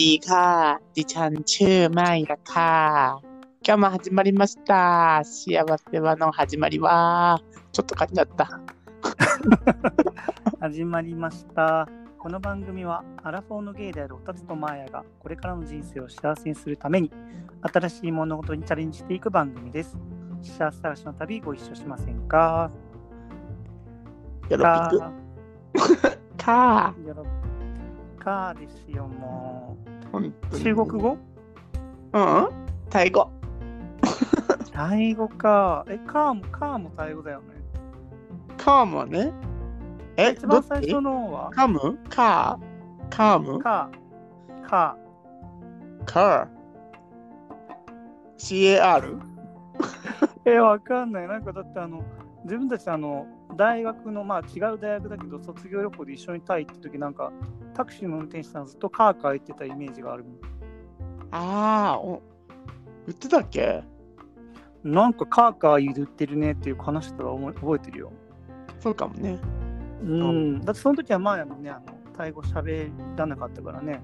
ดีค่ะ ดิฉันชื่อไม่ละค่ะ 今日も始まりました。幸せはの始まりは。ちょっと噛んじゃった。始まりました。この番組はアラフォーのゲイであるオタツとマーヤがこれからの人生を幸せにするために新しい物事にチャレンジしていく番組です。幸せ探しの旅ご一緒しませんかよろかぴく。か。よろかですよも本う。当に中国語うん。タイ語。タイ語か。え、かもかもタイ語だよね。カームはね。え、一ど番っ最ち初のはカムカー。カムか。か。カー。CAR? え、わかんない。なんかだってあの、自分たちあの、大学の、まあ違う大学だけど、卒業旅行で一緒にタイ行った時なんか、タクシーの運転手さんずっとカーカー言ってたイメージがあるもん。ああ、お。言ってたっけなんかカーカー言ってるねっていう話とは思い覚えてるよ。そうかもね。うん。だってその時はマーヤもね、あの、タイ語喋らなかったからね。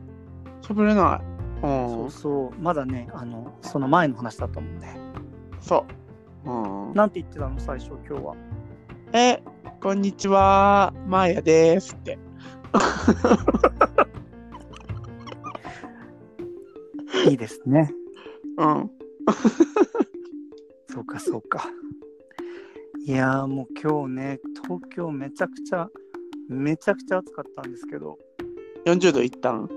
喋れない。うそんう。そう。まだね、あの、その前の話だったもんね。そう。うん。なんて言ってたの、最初、今日は。え、こんにちは、マーヤですって。いいですね。うん。そうかそうか。いやーもう今日ね、東京めちゃくちゃ、めちゃくちゃ暑かったんですけど、 40度いったん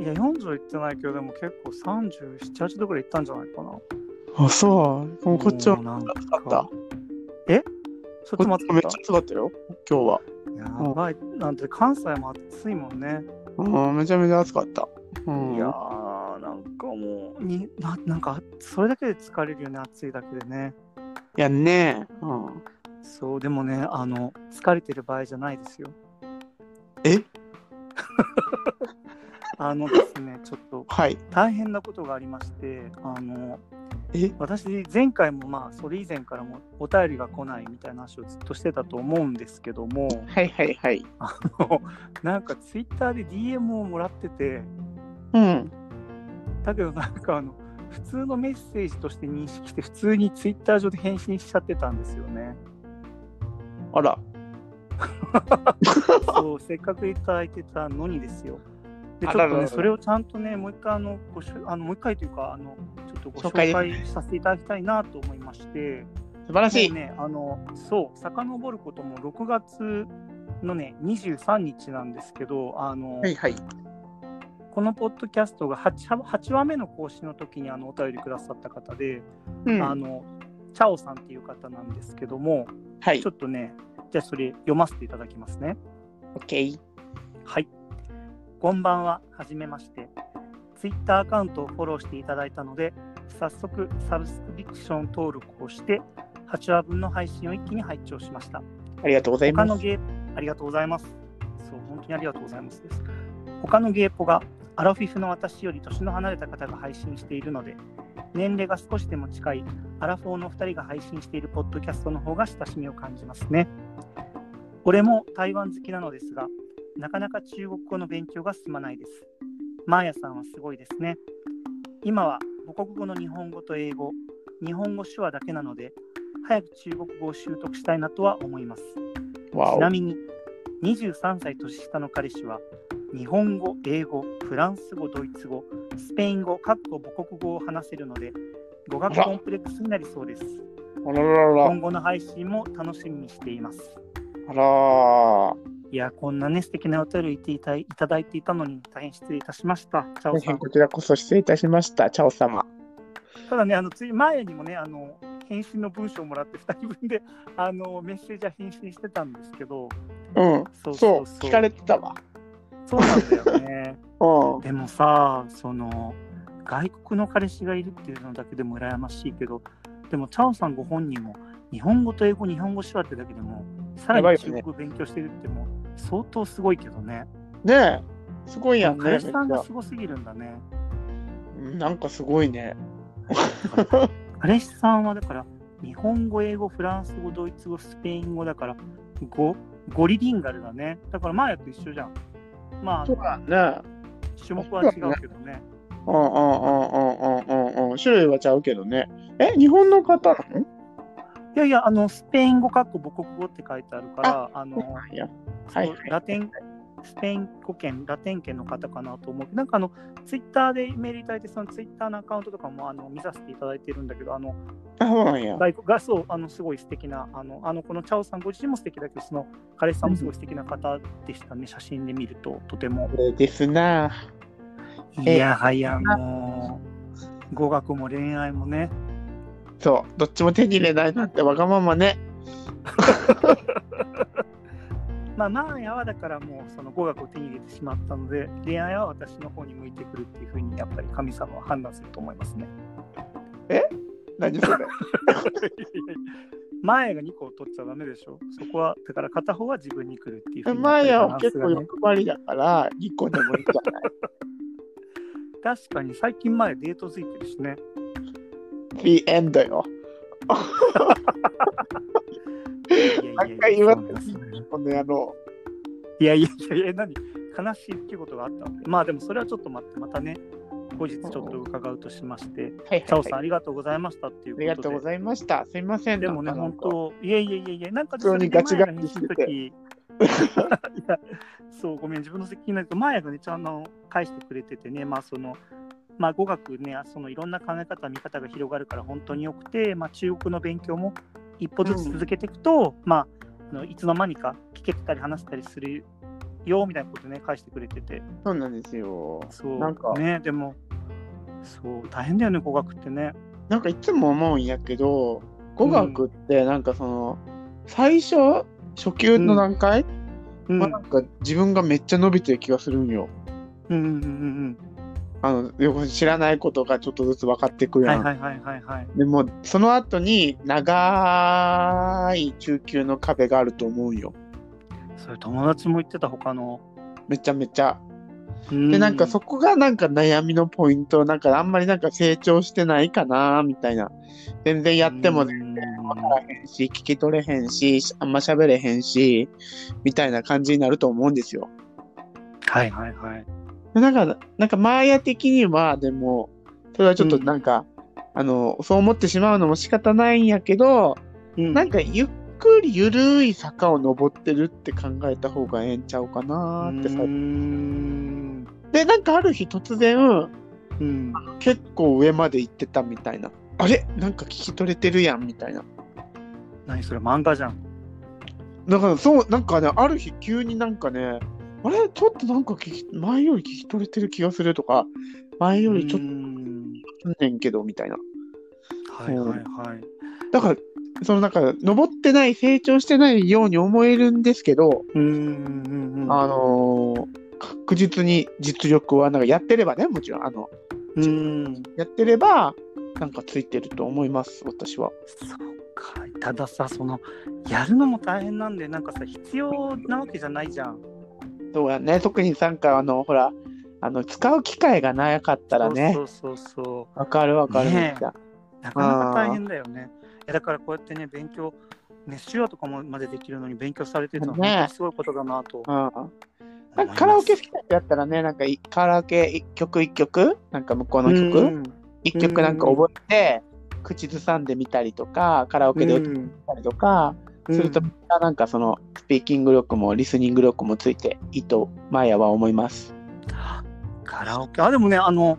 いや、40行ってないけど、でも結構37、8度ぐらい行ったんじゃないかな。あ、そう。もうこっちはもうなんか暑かった。ちょっことっ待ちっはめてっちゃ暑かったよ、今日は。た。やばい。なんて関西も暑いもんね。うん、めちゃめちゃ暑かった。うん。いやー、なんかもう、にななんか、それだけで疲れるよね、暑いだけでね。いやねうん。そう、でもね、あの、疲れてる場合じゃないですよ。えあのですね、ちょっと。はい。大変なことがありましてあのえ私前回もまあそれ以前からもお便りが来ないみたいな話をずっとしてたと思うんですけど もはいはいはい。なんかツイッターで DM をもらっててうん。だけどなんかあの普通のメッセージとして認識して普通にツイッター上で返信しちゃってたんですよ ね。あら。そうせっかくいただいてたのにですよ。でちあょっららとららねそれをちゃんとねもう一回あのごしょあのもう一回というかあのちょっとご紹紹介介させていただきたいなと思いまして。素晴らしも。いうね、あのそう遡ることも6月のね23日なんですけどあの、はいはい。このポッドキャストが 8, 8話目の更新の時にあのお便りくださった方で、うん。あのチャオさんっていう方なんですけどもはいちょ。っとねじゃあそれ読ませていただきますね。オッケー。はい。こんばんは、はじめまして。Twitter アカウントをフォローしていただいたので、早速サブスクリプション登録をして、8話分の配信を一気に拝聴しました。ありがとうござい他まのす。ゲーありがとうございます。そう、本当にありがとうございますです。他のゲーポがアラフィフの私より年の離れた方が配信しているので、年齢が少しでも近いアラフォーの2人が配信しているポッドキャストの方が親しみを感じますね。俺も台湾好きなのですが、なかなか中国語の勉強が進まないです。マーヤさんはすごいですね。今は母国語の日本語と英語、日本語手話だけなので、早く中国語を習得したいなとは思います。わちなお。みに23歳年下の彼氏は日本語、英語、フランス語、ドイツ語、スペイン語、各国母国語を話せるので語学コンプレックスになりそうです。あらららら今。後の配信も楽しみにしています。あらいや、こんなね、素敵なお便りいていたいただいていたのに大変失礼いたしました。チャー。大オさ変んこちらこそ失礼いたしました。チャオ様。ただね、あのつい前にもね、あの返信の文章をもらって2人分であのメッセージは返信してたんですけど、うん。そそうう、そう聞かれてたわ。そうなんだよね。うでもさその外国の彼氏がいるっていうのだけでも羨ましいけどでもチャオさんご本人も日本語と英語日本語手話ってだけでもさらやばいによね中国語勉強してるってもう相当すごいけどねん。ねえ。すごいやんね。め彼っち氏さんゃがすごすぎるんだねうんなんかすごいね。彼氏さんはだから日本語英語フランス語ドイツ語スペイン語だからゴゴリリンガルだねだからマーヤと一緒じゃんまあそうだね。種目は違うけどね。うんうんうんうんうんうんうん。種類はちゃうけどね。え、日本の方なのいやいや、あの、スペイン語、かっこ母国語って書いてあるから、あの、いや。はそいうラテン、スペイン語圏、ラテン圏の方かなと思うけど、なんかあの、ツイッターでメールいただいて、そのツイッターのアカウントとかもあの見させていただいてるんだけど、あの、あ、そうなんや。外国がそう、あの、すごい素敵な、あの、あのこのチャオさんご自身も素敵だけど、その彼氏さんもすごい素敵な方でしたね、写真で見ると、とても。ええですな。いやはや、もう、語学も恋愛もね、そう、どっちも手に入れないなんてわがままね。まあ、マーヤはだからもうその語学を手に入れてしまったので、恋愛は私の方に向いてくるっていうふうに、やっぱり神様は判断すると思いますね。何そ れ。マーヤが2個取っちゃダメでしょ。そこは、だから片方は自分に来るっていうふうに。マヤは結やっ構ぱりバランスがね欲張りだから、2個でもいいんじゃ ない確かに最近マーヤデートついてるしね。 ?The end よ。いやいやいや何回言われてそるうですねこの野郎。いやいやいやいや、何悲しい出来事があったので。まあでもそれはちょっと待って、またね、後日ちょっと伺うとしまして、はいはい、チャオさんあありがとうございましたっていうことりで。がとうございました。すいません。でもね、なん本か当、いやいやいやいや、なんか普通にガチガチにしてて いやそう、ごめん、自分の責任ないけど、マーヤがね、ちゃんと返してくれててね、まあ、その、まあ、語学ね、そのいろんな考え方、見方が広がるから本当によくて、まあ、中国の勉強も一歩ずつ続けていくと、まあ、あのいつの間にか聞けてたり話したりするよみたいなことね、返してくれてて、そうなんですよ。そう、なんかね、でも、そう、大変だよね、語学ってね。なんかいつも思うんやけど、語学ってなんかその、最初初級の段階、うん、うまあん、なんか自分がめっちゃ伸びてる気がするんよ。うん、うん、あのよく知らないことがちょっとずつ分かってくうん。るやはん。いはいはいはいはい。でもその後に長い中級の壁があると思うんよ。それ友達も言ってた他の。めちゃめちゃ。ででなんかそこがなんか悩みのポイントなんかあんまりなんか成長してないかなみたいな。全然やってもね全分からへんし聞き取れへんしあんま喋れへんしみたいな感じになると思うんですよ。はいはいはい。でなんかなんかマーヤ的にはでもそれはちょっとなんか、あのそう思ってしまうのも仕方ないんやけどうんなんかゆっくりゆるい坂を登ってるって考えた方がええんちゃうかなーってさうーんでなんかある日突然うん。結構上まで行ってたみたいなあれなんか聞き取れてるやんみたいな何それ漫画じゃん。だからそうなんかねある日急になんかねあれちょっとなんか聞き前より聞き取れてる気がするとか前よりちょっうとーん聞けんねんけどみたいなはいはいはい。だからそのなんか登ってない成長してないように思えるんですけどうーんうんうん。あのー確実に実力はなんかやってればねもちろんあのうーん。やってればなんかついてると思います私は。そうか。たださ、その、やるのも大変なんで、なんかさ、必要なわけじゃないじゃん。そうやね特になんかあのほらあの使う機会がなかったらねそうそうそうそう。わかるわかる、ねえめっちゃなかなか大変だよね。いやだからこうやってね、勉強、ね、手話とかもまでできるのに勉強されてるのはね本当にすごいことだなと思ういん、なんまかす。カラオケ好きな人やったらねなんかいカラオケ一曲一曲なんか向こうのう曲ん一、曲なんか覚えて、口ずさんでみたりとかカラオケで歌ったりとか、うんするとうまんたなんかそのスピーキング力もリスニング力もついていいとマヤは思います。カラオケあでもねあの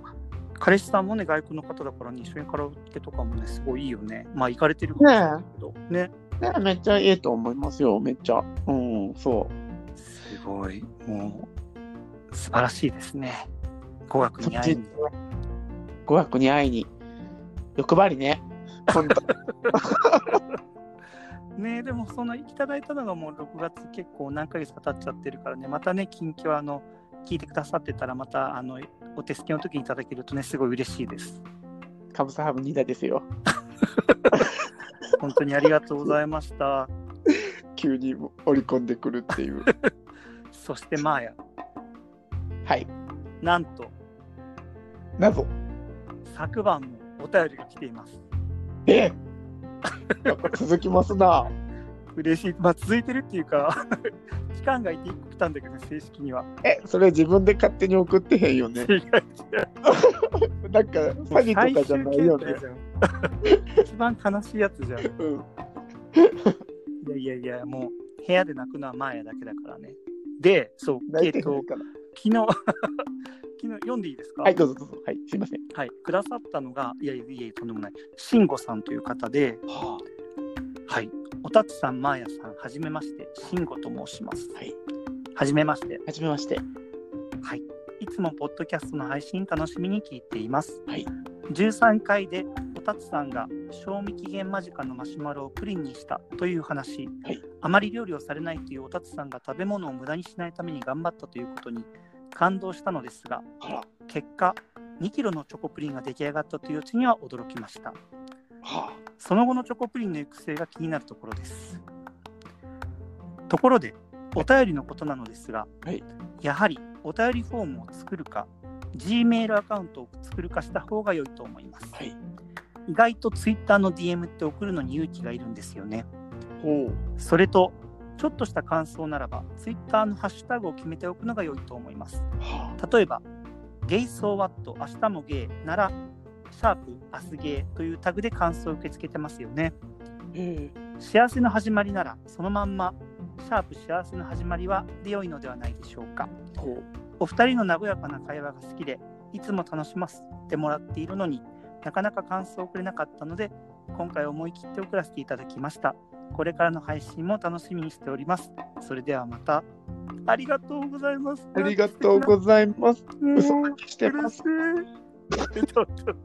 彼氏さんもね外国の方だからね一緒にカラオケとかもねすごいいいよねまあ行かれてるかもしれないけどねねめっちゃいいと思いますよめっちゃ。うんそう。すごいもう素晴らしいですね語学に会いに語学に会いに欲張りね本当ねでもそのいただいたのがもう6月結構何ヶ月か経っちゃってるからねまたね近況あの聞いてくださってたらまたあのお手すきの時にいただけるとねすごい嬉しいですカブサハブニーダですよ本当にありがとうございました 急に織り込んでくるっていうそしてマーヤはいなんと謎昨晩もお便りが来ていますえやっぱ続きますな嬉しい。まあ、続いてるっていうか、 期間がいて来たんだけど、ね、正式には。え、それ自分で勝手に送ってへんよね。違う違うなんか詐欺とかじゃないよね最終。形態じゃん一番悲しいやつじゃん。いうん、やいやいや、もう、部屋で泣くのはマーヤだけだからね。で、そう、泣えいてっへとん、から。 昨日、昨日読んでいいですかはい、どうぞどうぞ。はい、すいません。はい、くださったのが、いやいやいや、とんでもない、慎吾さんという方で、ははい、おたつさん、まーやさん、はじめまして、慎吾と申します。はい、はじめまして、はじめまして。いつもポッドキャストの配信楽しみに聞いています。はい、 13回で、おたつさんが賞味期限間近のマシュマロをプリンにしたという話、はいあまり料理をされないというおたつさんが食べ物を無駄にしないために頑張ったということに感動したのですが、あら、結果、2キロのチョコプリンが出来上がったといううちには驚きました。はその後のチョコプリンの行く末が気になるところです。ところで、お便りのことなのですが、はいやはりお便りフォームを作るか、Gmail アカウントを作るかした方が良いと思います。あ、はい。意外と Twitter の DM って送るのに勇気がいるんですよね。ほう。それと、ちょっとした感想ならば、Twitter のハッシュタグを決めておくのが良いと思います。は例えば、ゲイソーワット、明日もゲイなら、シャープ、明日ゲイというタグで感想を受け付けてますよね。あ、え幸せの始まりならそのまんまシャープ幸せの始まりはで良いのではないでしょうかー、ほう。お二人の和やかな会話が好きでいつも楽しませてもらっているのになかなか感想をくれなかったので今回思い切って送らせていただきましたこれからの配信も楽しみにしておりますそれではまたありがとうございますありがとうございます。うん嘘書きしてます。嬉しいちょっと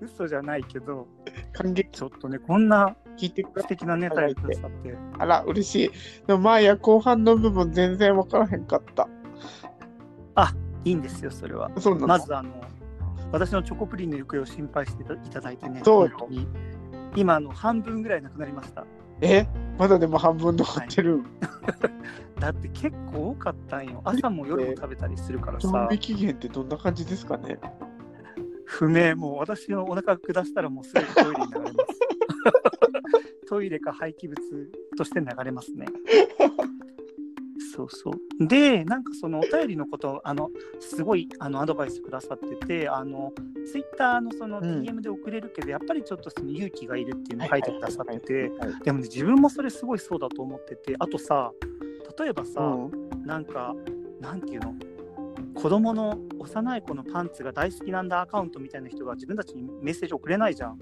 嘘じゃないけど感激ちょっとねこんな聞いてくだ素さい。敵なネタやってくださってあら、嬉しい。でも、まあ、いや、後半の部分全然わからへんかった。いいんですよそれはそうなの、まずあの私のチョコプリンの行方を心配していたいただいてね、そうよ本当に今あの半分ぐらいなくなりました。えまだでも半分残ってる。だって結構多かったんよ。朝も夜も食べたりするから賞さ、味期限ってどんな感じですかね不明、もう私のお腹が下したらもうすぐトイレに流れ ます。トイレか廃棄物として流れますね。そうそう。で、なんかそのお便りのこと、あの、すごいあのアドバイスくださってて、あの、ツイッターのそのうん DM で送れるけど、やっぱりちょっとその勇気がいるっていうのを書いてくださってて、はいでもね、自分もそれすごいそうだと思ってて、あとさ、例えばさ、うん、なんか、なんていうの子供の幼い子のパンツが大好きなんだアカウントみたいな人が自分たちにメッセージ送れないじゃん。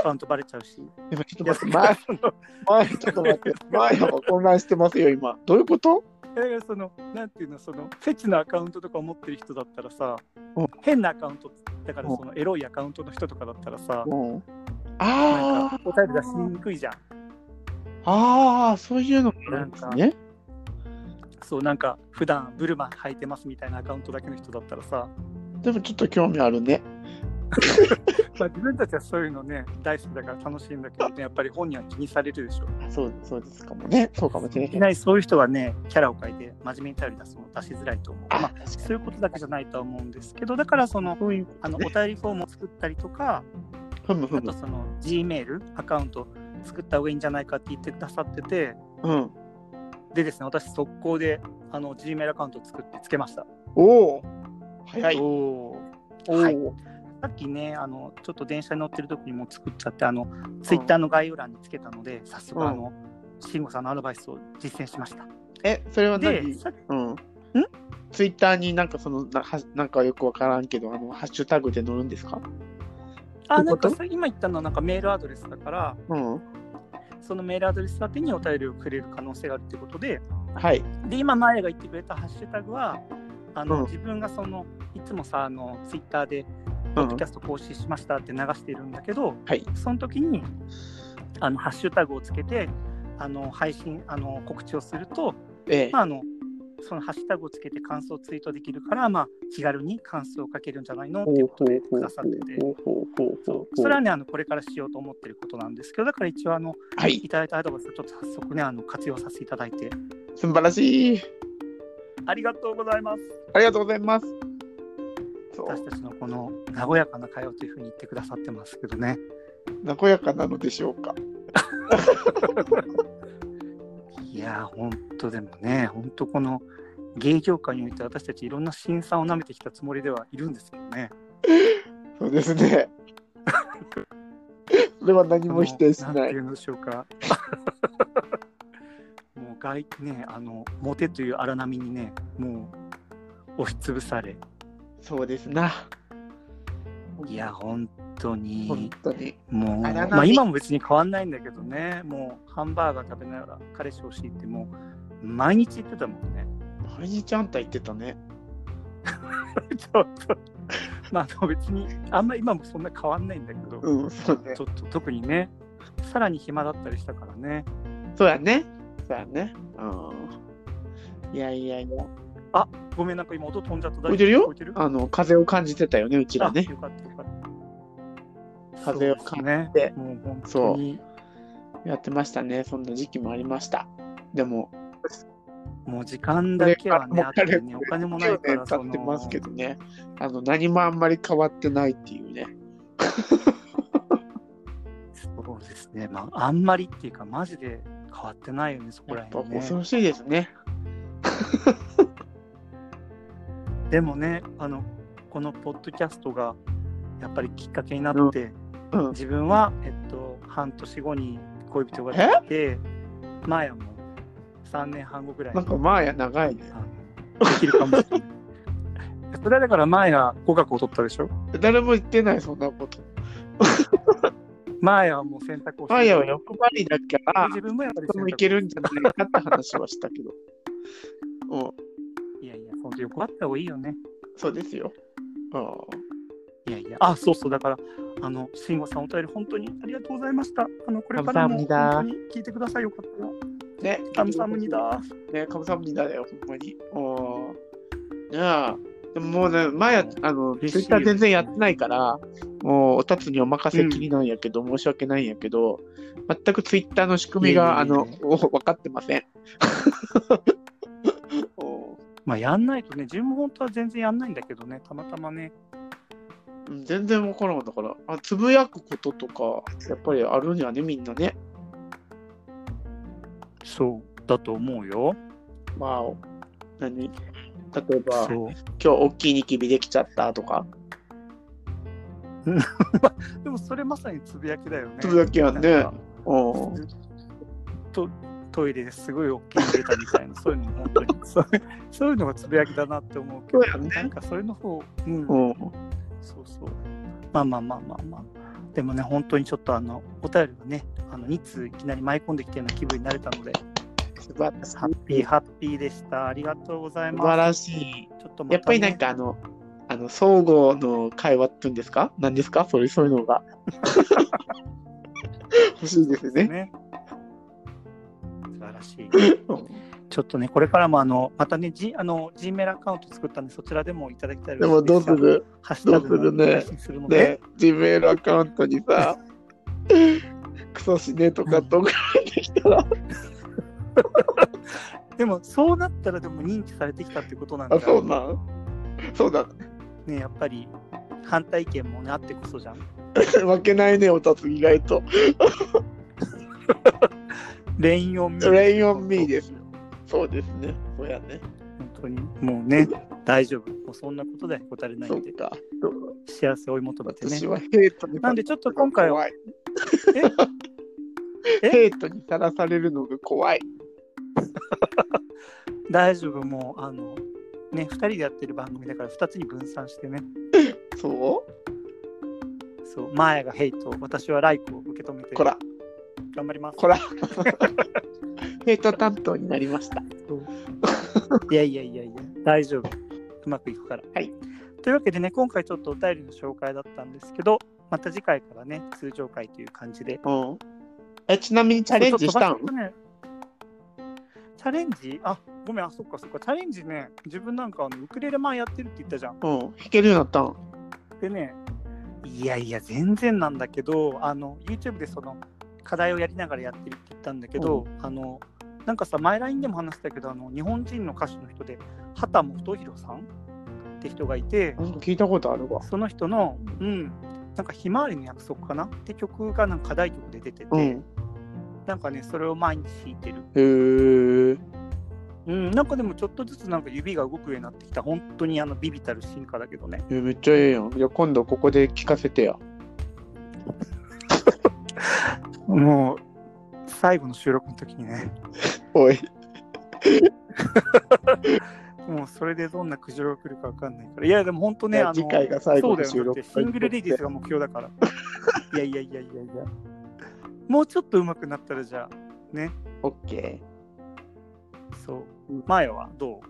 アカウントバレちゃうし。でもちょっといや待って、前、その前、ちょっと待って、前は混乱してますよ、今。どういうことだから そのなんていうのそのフェチのアカウントとかを持ってる人だったらさ、うん変なアカウントだからうんそのエロいアカウントの人とかだったらさ、うん。なんあかーお便り出しにくいじゃん。あー、そういうのもあるんですね。そうなんか普段ブルマ履いてますみたいなアカウントだけの人だったらさ、でもちょっと興味あるね。まあ、自分たちはそういうのね大好きだから楽しいんだけどねやっぱり本人は気にされるでしょ。あそうそうですかもね。そうかもしれいきない。なりそういう人はねキャラを変えて真面目に頼り出すの出しづらいと思う。まあ確かそういうことだけじゃないとは思うんですけどだからそのそういうあのお便りフォームを作ったりとかふむふあとむ。その G メールアカウント作った方がいいんじゃないかって言ってくださってて、うん。でですね、私、速攻であの G メールアカウント作ってつけました。おお早い。おおーお、はいさっきねあの、ちょっと電車に乗ってる時にもう作っちゃって、あのツイッターの概要欄につけたので、早速、うんあの慎吾さんのアドバイスを実践しました。え、それはで、何さうん。ツイッターになんかそのなはなんかよくわからんけどあのハッシュタグで載るんですか？どあうないうんことかさ今言ったのはなんかメールアドレスだから、うん。そのメールアドレス宛てにお便りをくれる可能性があるということで、はい。で今マーヤが言ってくれたハッシュタグはあの、うん自分がそのいつもさあのツイッターでうポッドんキャ。スト更新しましたって流しているんだけど、はいその時にあのハッシュタグをつけてあの配信あの告知をすると、ええまあ、あのそのハッシュタグをつけて感想をツイートできるから、まあ、気軽に感想を書けるんじゃないのっていうことでくださってて。ほうほうほうほうほうほうそうそれはねあのこれからしようと思ってることなんですけどだから一応あのはいいただいたアドバイスをちょっと早速ねあの活用させていただいて素晴らしい。ありがとうございます。ありがとうございます。そう私たちのこの和やかな会話というふうに言ってくださってますけどね。和やかなのでしょうか。いやー、本当でもね、本当この芸業界において私たちいろんな辛酸を舐めてきたつもりではいるんですけどね。そうですね。 それは何も否定しそのなんていい。うのでしょ うか。もう外ね、あの、モテという荒波にね、もう押しつぶされ、そうですな。いや、本当本に、当に。もう、荒波まあ今も別に変わんないんだけどね、もうハンバーガー食べながら彼氏欲しいって、もう毎日言ってたもん ね。毎日あんた言ってたね。ちょっと、まあ、あの別に、あんまり今もそんな変わんないんだけど、うん、そうねち。ょっと特にね、さらに暇だったりしたからね。そうやね。そうやね。うん。いやいやいや。ごめん、なんか今音飛んじゃった。置いてるよ置いてるあの、風を感じてたよね、うちらねあ。よかったよかった。風をそう感でじすて。ねもう本そ当うに、やってましたね。そんな時期もありました。でも、もう時間だけはね、あもっうて彼ね、お金もない10から、年経そってますけの、どね。あの、何もあんまり変わってないっていうね。そうですね、まあ、あんまりっていうか、マジで変わってないよね、そこやらっぱ辺ね。恐ろしいですね。でもね、あの、このポッドキャストが、やっぱりきっかけになって、うん。自分は、えっと、半年後に恋人ができて、マーヤも3年半後ぐらいなにんか、まあや長いね。あのできるかもし れない。それはだからマーヤ語学を取ったでしょ誰も言ってない、そんなこと。マーヤはもう選択をしてまあやは欲張りだ から、自分もやっぱりとてもいけるんじゃないかって話はしたけど。うん、いやいや、本当横あった方がいいよね。そうですよ。あいやいや、あ、そうそう、だから、あの、慎吾さんお便り本当にありがとうございました。あの、これからも 감사합니다本当に聞いてください。よかったら。あ。ね、カムサムニダ。ね、カムサムニダだよ、ほんまに。うん。ねあ。でももうね、前は、あの、ツイ嬉しいッよター全然やってないから、もう、おたつにお任せきりなんやけど、申し訳ないんやけど、全くツイッターの仕組みが、あいえいえいえの、お分かってません。 おまあ、やんないとね、自分も本当は全然やんないんだけどね、たまたまね、うん全然分からんだから、あつぶやくこととか、やっぱりあるんやね、みんなね。そうだと思うよ。まあ、何例えば、今そう。日大きいニキビできちゃったとか、でもそれまさにつぶやきだよね。つぶやきやんねなんかおとトイレですごい大きいの出たみたいな、そういうのも本当にそう、そういうのがつぶやきだなって思うけど、そうやねなんかそれの方、うん、うん、そうそう。まあまあまあまあまあ。でもね、本当にちょっとあの、お便りがね、あの2通いきなり舞い込んできてるような気分になれたので、素晴らしいハッピーハッピーでした。ありがとうござい素晴まらしい。す。ちょっとまたねやっぱりなんかあの、あの、相互の会話っていうんですか何ですかそれ、そういうの が。欲しいですね。ね。素晴らしい。うんちょっとね、これからもあの、またね、G、あの、G メールアカウント作ったんで、そちらでもいただきたいでもどうするハッシュタグどうするねも配信するので、ね、Gmail アカウントにさ、 クソ死ねとかとか入ってきたら、でもそうなったらでも認知されてきたってことなんあ、だそうなんそうだ。ね、やっぱり反対意見もねあってこそじゃん。負けないね、おたつ意外と。レインオンミーレインオンミーですよ。そうですね。そうやね。本当にもうね、大丈夫。もうそんなことで答えれないそんうで、か。幸せ追い求めて私ね。はヘイトになんでちょっと今回は、怖いえヘイトにさらされるのが怖い。大丈夫、もうあの、ね、2人でやってる番組だから2つに分散してね、そそう、マーヤがヘイト、私はライクを受け止めうて、こら、頑張ります。こら。 ヘイト担当になりました。いやいやいやいや、大丈夫。うまくいくから。はいというわけでね、今回ちょっとお便りの紹介だったんですけど、また次回からね、通常回という感じで。うん。え、ちなみにチャレンジしたんちょっとねチャレンジあごめん、あ、そっかそっか、チャレンジね、自分なんかあのウクレレ前やってるって言ったじゃん。うん。弾けるようになったんでね、いやいや、全然なんだけど、あの、YouTube でその、課題をやりながらやってるって言ったんだけど、あの、なんかさ、前 LINE でも話したけど、あの、日本人の歌手の人で、畑本博さんって人がいて、なんか聞いたことあるわ。その人の、うん、なんか、ひまわりの約束かなって曲がなんか課題曲で出てて、うん。なんかね、それを毎日弾いてる。へーうん、なんかでもちょっとずつなんか指が動くようになってきた、本当にあのビビたる進化だけどね。えめっちゃええやん。いや、今度ここで聞かせてよ。もう、最後の収録の時にね、おい。もうそれでどんな苦情が来るかわかんないから。いや、でも本当いね、やあの、次回が最後のそうだよだっ収て録シングルレディースが目標 だから。いやいやいやいやいや。もうちょっと上手くなったらじゃオッケー。あ、そううん。前はど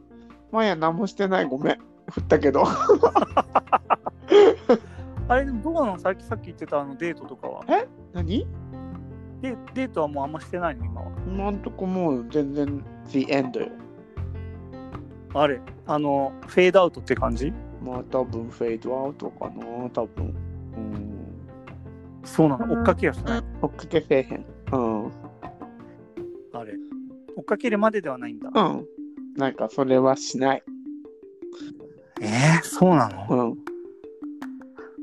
まや、何もしてない。ごめん。振ったけど。 うあれ、でもどうなのさっきさっき言ってたあのデートとかは。何でデートはもうあんましてないの、今は。今んとこもう全然 The End よ。あれ、あの、フェードアウトって感じまあ多分フェードアウトかな、多分。うん。そうなの、追っかけやしない。追っかけせえへん。うん。うあれ。追っかけるまでではないんだ。ん。なんかそれはしない。えー、そうなのうん。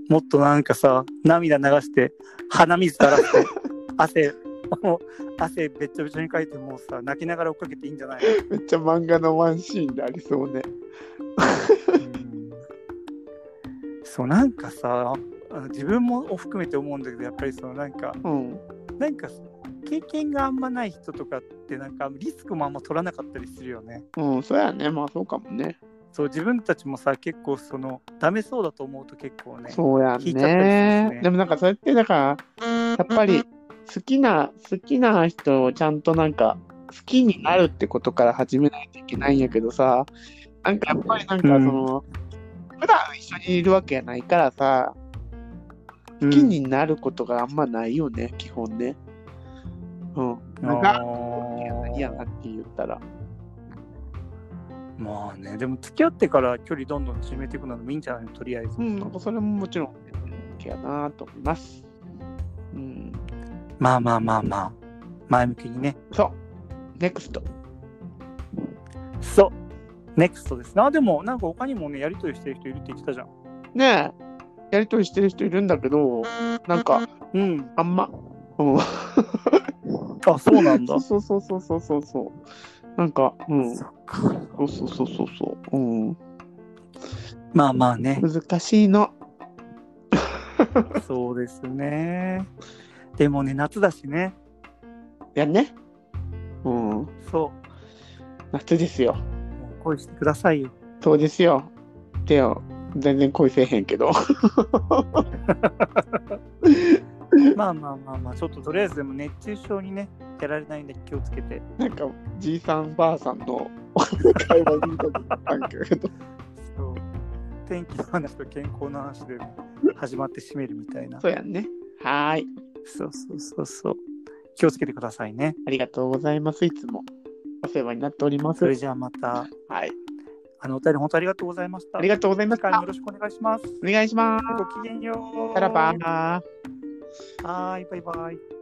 もっとなんかさ、涙流して、鼻水垂ら して、汗、もう汗べっちょべちょにかいて、もうさ、泣きながら追っかけていいんじゃないのめっちゃ漫画のワンシーンでありそうね。うんそうなんかさあの自分も含めて思うんだけどやっぱりそのなんかうん。なんか経験があんまない人とかってなんかリスクもあんま取らなかったりするよねうん、そうやね。まあそうかもね。そう自分たちもさ結構そのダメそうだと思うと結構ねそうや聞いちゃったりしまね。すねでもなんかそうやって、だから、やっぱり好きな、好きな人をちゃんとなんか、好きになるってことから始めないといけないんやけどさ、なんかやっぱりなんかその、普段一緒にいるわけやないからさ、う好んきになることがあんまないよね、基本ね。うん。なんあか、ーいやなって言ったら。まあねでも付き合ってから距離どんどん縮めていくのもいいんじゃないのとりあえず、うん、なんかそれももちろん、OK やなと思います。うん。まあまあまあまあ前向きにねそう。NEXT。そうネクストですなでもなんか他にもねやりとりしてる人いるって言ってたじゃんねえ、やりとりしてる人いるんだけど、なんか、うんあんま。うん。あそうな んだそうそうそうそうそうそう。なんか、うん。そそっか。うそうそうそうそう。うん。。まあまあね難しいの。そうですね。でもね、夏だしね。やね。うん。そ夏ですよ。う。もう恋してくださいよ。そうですよ。でよ、全然恋せえへんけど。 まあまあまあまあ、ちょっととりあえずでも熱中症にね、やられないんで気をつけて。なんか、じいさんばあさんの 会話に見たことあるけど。そう。天気の話と健康の話で始まって締めるみたいな。そうやんね。はーい。そうそうそうそう。気をつけてくださいね。ありがとうございます。いつも。お世話になっておりますそ。れじゃあまた、はい。あのお便り本当ありがとうございました。ありがとうございま次す。回もよろしくお願いします。お願いします。ごきげんよう。さらば。はーい、バイバイ。